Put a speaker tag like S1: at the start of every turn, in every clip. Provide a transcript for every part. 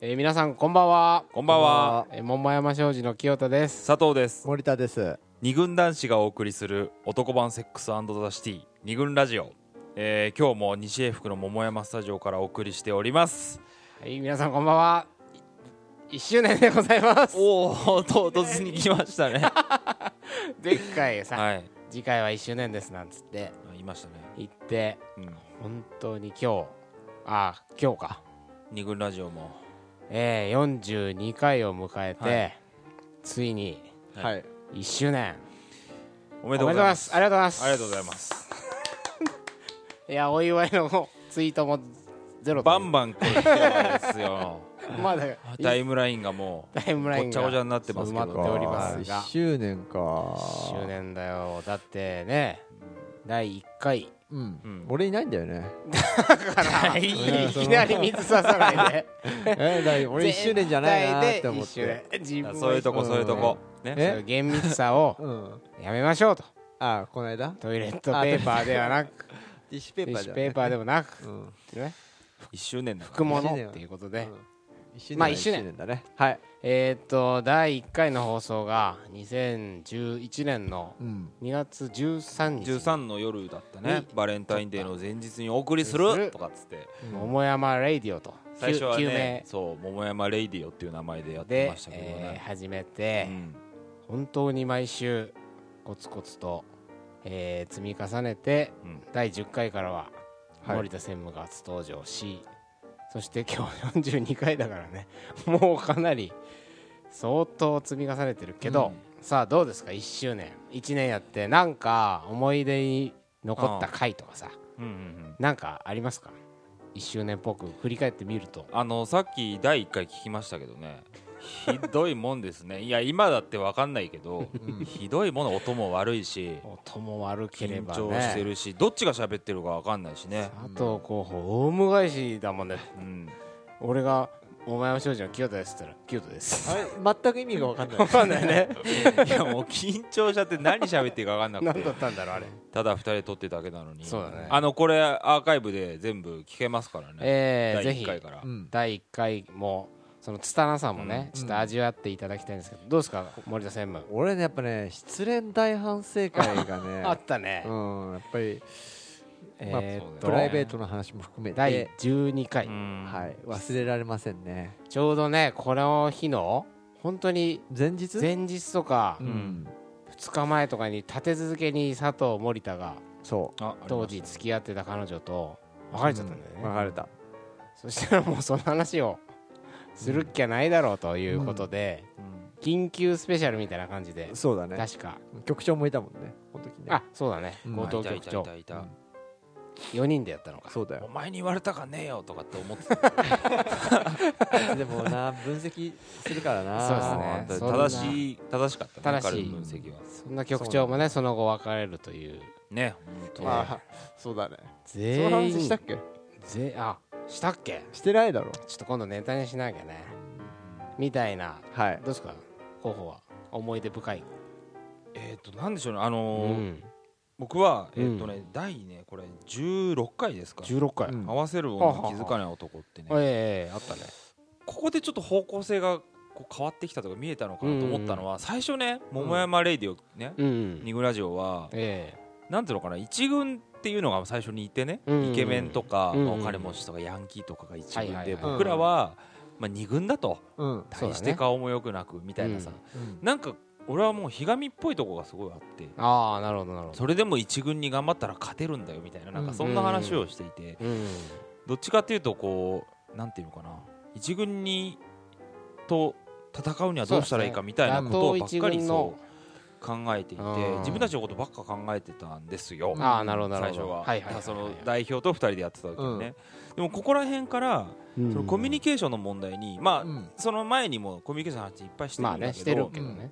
S1: えー皆さんこんばんは。
S2: こんばんは。
S1: えー、桃山商事の清田です。
S2: 佐藤です。
S3: 森田です。。
S2: 二軍男子がお送りする男版セックスザシティ二軍ラジオ。えー今日も西英福の桃山スタジオからお送りしております。
S1: はい、皆さんこんばんは。い一周年でございます。
S2: おお、唐突に来ましたね。
S1: でっかいさ、
S2: はい。
S1: 次回は一周年ですなんつって
S2: 言いましたね。
S1: 言って、
S2: うん
S1: 本当に今日、あ、今日か。
S2: 二軍ラジオも。
S1: えー、42回を迎えて、
S2: は
S1: ついに
S2: はい
S1: 一周年。
S2: お
S1: お
S2: めでとうございます。
S1: めでとうございます。
S2: あ
S1: あ
S2: り
S1: り
S2: が
S1: がとうご
S2: とうござ
S1: ざ
S2: い
S1: います。
S2: ます。
S1: いや、お祝いのツイートもゼロとい
S2: バ
S1: う
S2: ンバンこれ来てないです よ。
S1: まだ
S2: タイムラインがも
S1: タイムライン
S2: ごっちゃごちゃになってますけど
S1: 埋まっておりますが
S3: 1周年か。
S1: 1周。年だよだってね第1回
S3: う
S2: うん
S3: ん。俺いないんだよ ね。
S1: からい
S3: うん
S1: きなり水ささない で
S3: え、だい俺1周年じゃないなーって思っ
S1: 全体
S3: て。
S1: で一周年自分
S2: う、
S1: は
S2: そういうとこ、
S3: うん
S2: そういうとこ。ね。
S1: そういう
S3: え
S1: 厳密さを
S3: うん。
S1: やめましょうと
S3: あ、この間
S1: トイレットペーパーではなく
S3: ティッシュペ
S1: ティッ
S3: ーパー
S1: シ
S3: じ
S1: ュ
S3: ゃ
S1: ペーパーでもなく
S3: うん。
S1: ね
S2: 一周年だから。
S1: 服物っていうことで
S3: 1周年
S1: まあ
S3: は
S1: 一周年
S3: 一だね。はい。
S1: えーっと第1回の放送が2011年の
S3: うん。
S1: 2月13日
S2: 13の夜だった
S1: は
S2: ね
S1: い
S2: バレンタインデーの前日にお送りす
S1: す
S2: る
S1: る
S2: とかっつって
S1: 桃山レイディオと
S2: 最初は
S1: 旧旧
S2: ね
S1: 名
S2: そう桃山レイディオっていう名前でやって
S1: で
S2: ましたけど
S1: えー
S2: ね
S1: 始め
S2: う
S1: て
S2: ん
S1: 本当に毎週コツコツと、えー積み重ねて、
S2: うん
S1: 第10回からは
S3: はい
S1: 森田専務が初登場し、そして今日42回だからね もうかなり相当積み重ねてるけど、さあどうですか1周年1年やってなんか思い出に残った回とかさ
S2: うんうんうん
S1: なんかありますか1周年っぽく振り返ってみると
S2: あのさっき第1回聞きましたけどねひどいもんですねい や今だって分かんないけどひどいもの音も悪いし
S1: 音も悪けれ
S2: 緊
S1: ば
S2: 張して
S1: ね
S2: るしどっちが喋ってるか分かんないしね
S1: あと候補オウム返しだもんね
S2: うん
S1: 俺が「お前は少女の清田です」って言ったら「清田です
S3: あれ、全く意味が分かんない
S1: わ。かんないね
S2: いやもう緊張しちゃって何喋っていいか分かんなく て
S1: 何だったんだろうあれ
S2: ただ2人で撮ってただけなのに
S1: そうだね
S2: あのこれアーカイブで全部聞けますからね
S1: えー、
S2: 第
S1: ぜ
S2: 1
S1: ひ
S2: 回から
S3: うん。
S1: 第1回もその拙さもね、
S3: うん
S1: ちょっと味わっていただきたいんですけどどうですか森田専務
S3: 俺ね、やっぱね、失恋大反省会が ね。
S1: あったね、
S3: うん。やっぱり、まあ
S1: えーっと
S3: プライベートの話も含め
S1: 第
S3: て、
S1: 12回、
S2: うん
S3: はい。忘れられませんね。
S1: ちょうどねこの日の本当に
S3: 前日
S1: 前日とか
S3: うん。
S1: 2日前とかに立て続けに佐藤森田が
S3: そ
S2: ああり
S1: 当
S2: ま
S1: 時
S2: す
S1: 付き合ってた彼女と
S3: う。
S1: 別れちゃったんだよね、
S3: う別れた。
S1: そしたらもうその話をするっきゃないだろうということで、
S2: うん
S1: 緊急スペシャルみたいな感じで、
S3: そうだね
S1: 確か、
S3: 局長もいたもんねこの時ね
S1: あそうだね、
S3: うん
S1: 後藤局
S2: いたいたい
S1: 長
S2: たいた
S1: 4人でやったのか
S3: そうだ
S2: お
S3: よ
S2: 前に言われたかねえよとかって思ってた
S3: でもな分析するからな
S1: そうですねそんな
S2: 正しい正しかったね
S1: 正し
S2: 彼
S1: い
S2: の分析は
S1: そんな局長もねその後別れるという
S2: ね本当
S1: まあ
S3: そうだねその
S1: 全
S3: 話
S1: 員
S3: したっけ
S1: ぜあしたっけ
S3: してないだろ
S1: ちょっと今度ネタにしなきゃねみたいな
S3: はい
S1: どうですか候補は思い出深い、
S2: えっとなんでしょうねあ
S1: う
S2: のー
S1: ん、
S2: 僕は
S1: うん
S2: えっとね第ねこれ16回ですか
S1: 16回、
S3: うん
S2: 合わせる女気づかない男ってね
S1: ええあったね
S2: ここでちょっと方向性がこう変わってきたとか見えたのかなと思ったのは最初ね桃山レイディオね
S1: うん
S2: ニグラジオは
S1: え
S2: なんていうのかな一軍っていうのが最初にいてね、
S1: うん
S2: イケメンとか、
S1: うん
S2: まあお金持ちとかヤンキーとかが一軍
S1: は
S2: で、
S1: いはいはい
S2: 僕らは、まあ、二軍だと
S3: うん
S1: そうだ
S2: 大
S1: ね
S2: して顔も良くなくみたいなさ、なんか俺はもうひがみっぽいとこがすごいあって
S1: えああなるほどなるほど
S2: それでも一軍に頑張ったら勝てるんだよみたいななんかそんな話をしていて、
S1: うん
S2: どっちかっていうとこうなんていうのかな一軍にと戦うにはどうしたらいいかみたいなことをばっ
S1: そ
S2: か
S1: うで
S2: り
S1: すね打倒
S2: そう考えていて
S1: うん
S2: 自分たちのことばっか考えてたんですよ。
S1: ああなるほどな
S2: 最
S1: るほ
S2: 初
S1: ど
S2: は,、
S1: はいはいはいはい
S2: その代表と2人でやってた時にね、でもここら辺からそのコミュニケーションの問題に、まあ、
S3: うん
S2: その前にもコミュニケーションの話いっぱいしてる
S1: まあ
S2: んだ
S1: ね
S2: け
S1: し
S2: ど、
S1: てるけどね、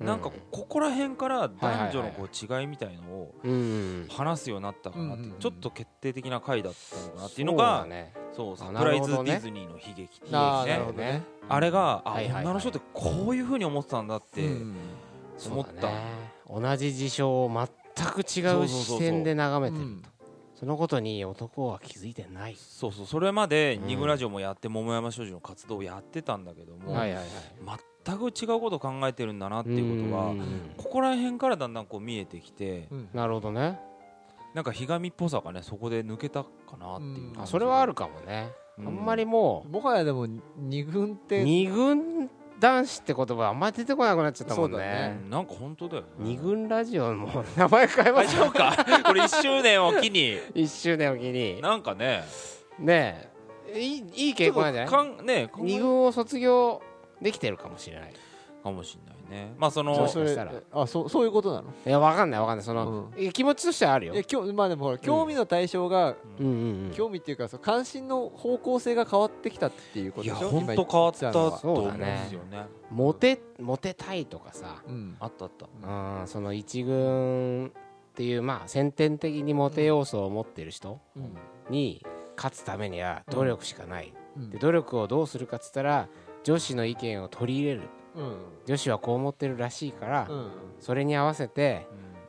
S2: なんかここら辺から男女の
S1: は
S2: こう違いみたいのを
S1: うん、うん、
S2: 話すようになったかなって、
S3: うんうん
S2: ちょっと決定的な回だったのかなっていうのが
S1: そうだね
S2: そう,、サ
S1: あ
S2: プライ
S1: な
S2: ズ
S1: るほ
S2: デ
S1: どね
S2: ィズニーの悲劇っていう
S3: あーなる
S2: ね
S3: ほどね
S2: あれがあ、
S1: はいはいはい
S2: 女の人ってこういうふうに思ってたんだって
S3: うん
S2: 思っ
S1: そう
S2: た、
S1: だね同じ事象を全く違
S2: そうそううそうそ
S1: 視
S2: う
S1: 点で眺めて
S3: う
S1: る
S3: ん
S1: そのことに男は気づいてない、
S2: そうそうそれまで
S1: うん
S2: ニグラジオもやって桃山商事の活動をやってたんだけども、
S1: はいはいはい
S2: 全く違うことを考えてるんだなっていうこと
S1: ん
S2: がここら辺からだんだんこう見えてきて
S3: うん
S1: なるほどね
S2: なんかひがみっぽさがねそこで抜けたかなっていう感じ
S1: あそれはあるかもね、
S2: う
S1: あんまりも
S3: もはやでも二軍っ
S1: う
S3: て
S1: 二軍男子って言葉あんまり出てこなくなっちゃったもん
S3: そうだ
S1: ね
S3: ね
S2: なんか本当だよね
S1: 二 軍ラジオも名前変えま
S2: 大
S1: す
S2: 丈夫かこれ1周年を機に
S1: 一周年おきに
S2: なんかね
S1: ねえいいいい
S2: ち
S1: 傾
S2: ょっ
S1: 向なんじゃ
S2: と
S1: ない
S2: かんね考え
S1: 二軍を卒業できてるかもしれない
S2: かもしれないねまあそ
S1: そう
S2: の
S1: そうしたら
S3: あそうそういうことなの
S1: いやわかんないわかんないその、いや気持ちとしてはあるよ
S3: え今日まあでもほら興味の対象が、
S1: うんうんうん
S3: 興味っていうかそう関心の方向性が変わってきたっていうこと
S2: い
S3: でし
S2: や
S3: ょ
S2: 本
S3: 今
S2: 当変わった
S3: 言の
S2: と
S3: は
S2: 思うんですよね
S1: モテモテたいとかさ
S3: うん
S2: あったあった
S1: うんその一軍っていうまあ先天的にモテ要素を持ってる人
S3: うん
S1: に勝つためには努力しかない、
S3: うん
S1: で努力をどうするかっつったら女子の意見を取り入れる
S3: うん
S1: 女子はこう思ってるらしいから、
S3: うん
S1: それに合わせて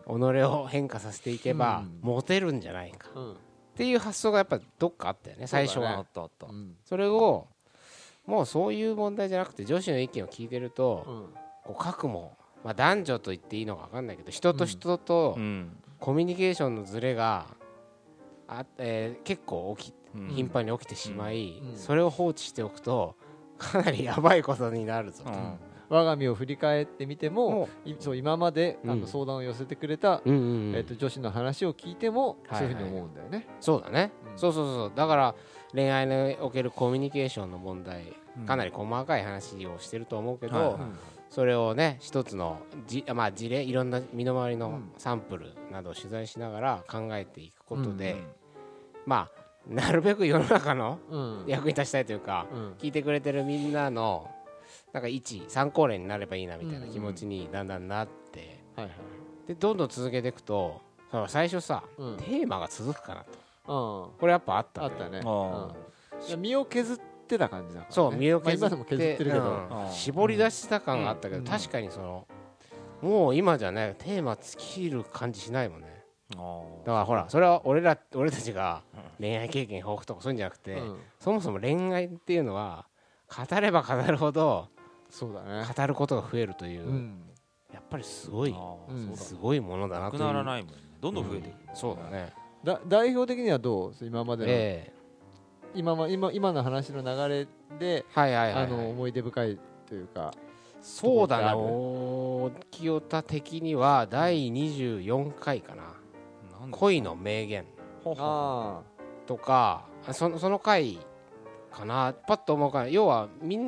S2: うん
S1: 己を変化させていけば、
S3: うん
S1: モテるんじゃないかっ
S3: うん
S1: ていう発想がやっぱどっかあったよね最初は
S2: あったあった
S3: うん
S1: それをもうそういう問題じゃなくて女子の意見を聞いてると、
S3: うん
S1: こう核も、まあ、男女と言っていいのか分かんないけど人と人と
S2: うん
S1: コミュニケーションのズレがあ、えー結構起き
S2: うん
S1: 頻繁に起きてしまい、
S3: うん
S1: それを放置しておくとかなりやばいことになるぞ
S2: う
S1: と、
S2: ん
S3: 我が身を振り返ってみても
S1: も
S3: いそう今まであ
S1: うん
S3: の相談を寄せてくれた、
S1: う、うんうんうん
S3: えっと女子の話を聞いても
S1: はいは
S3: そう
S1: い
S3: いうふうに思うんだよね。
S1: そうだね、
S3: うん
S1: そうそうそうだから恋愛におけるコミュニケーションの問題かなり細かい話をしてると思うけど、
S2: はいはいううん
S1: それをね一つのじあまあ、事例いろんな身の回り
S3: う
S1: の
S3: ん
S1: サンプルなどを取材しながら考えていくことで、
S2: うん
S1: まあなるべく世の中の
S3: うん
S1: 役に立ちたいというか、
S3: うん
S1: 聞いてくれてるみんなのなんか一参考例になればいいなみたいな気持ちにだんだんなって、
S3: はいはい
S1: でどんどん続けていくとその最初さ、
S3: うん
S1: テーマが続くかなと
S3: うん
S1: これやっぱあった
S3: あ
S1: の
S3: っ
S1: よ
S3: たね。
S2: あ
S3: うん身を削ってた感じだからね。
S1: そう身を削って,、
S3: まあ今でも削ってるけど。
S1: うん
S2: うん
S1: 絞り出した感があったけど、
S3: うん
S1: 確かにそのもう今じゃねテーマ尽きる感じしないもんね
S2: あ
S1: だからほらそれは俺ら俺たちが恋愛経験豊富とかそういうんじゃなくて、
S3: うん
S1: そもそも恋愛っていうのは語れば語るほど
S3: そうだね。
S1: 語ることが増えるという、
S3: うん
S1: やっぱりすごい
S2: ああ
S3: うん
S2: そ
S1: す
S2: う
S1: ごいものだ
S2: だ
S1: な
S2: な
S1: と
S2: く
S1: いう
S2: ならないもんねどんどん増えていく
S1: そうだね
S3: だ代表的にはどう今までの、
S1: ええ
S3: 今ま今今の話の流れで、
S1: はいはいはい、
S3: あの
S1: はい、
S3: 思い出深いというか、
S1: そうだ
S3: と
S1: ね
S3: こ
S1: お清田的には第24回かな
S2: なん
S1: 「
S2: だ
S1: 恋の名言
S2: ほうほう
S3: ああ、」
S1: とかあそのその回かなパッと思うから要はみんな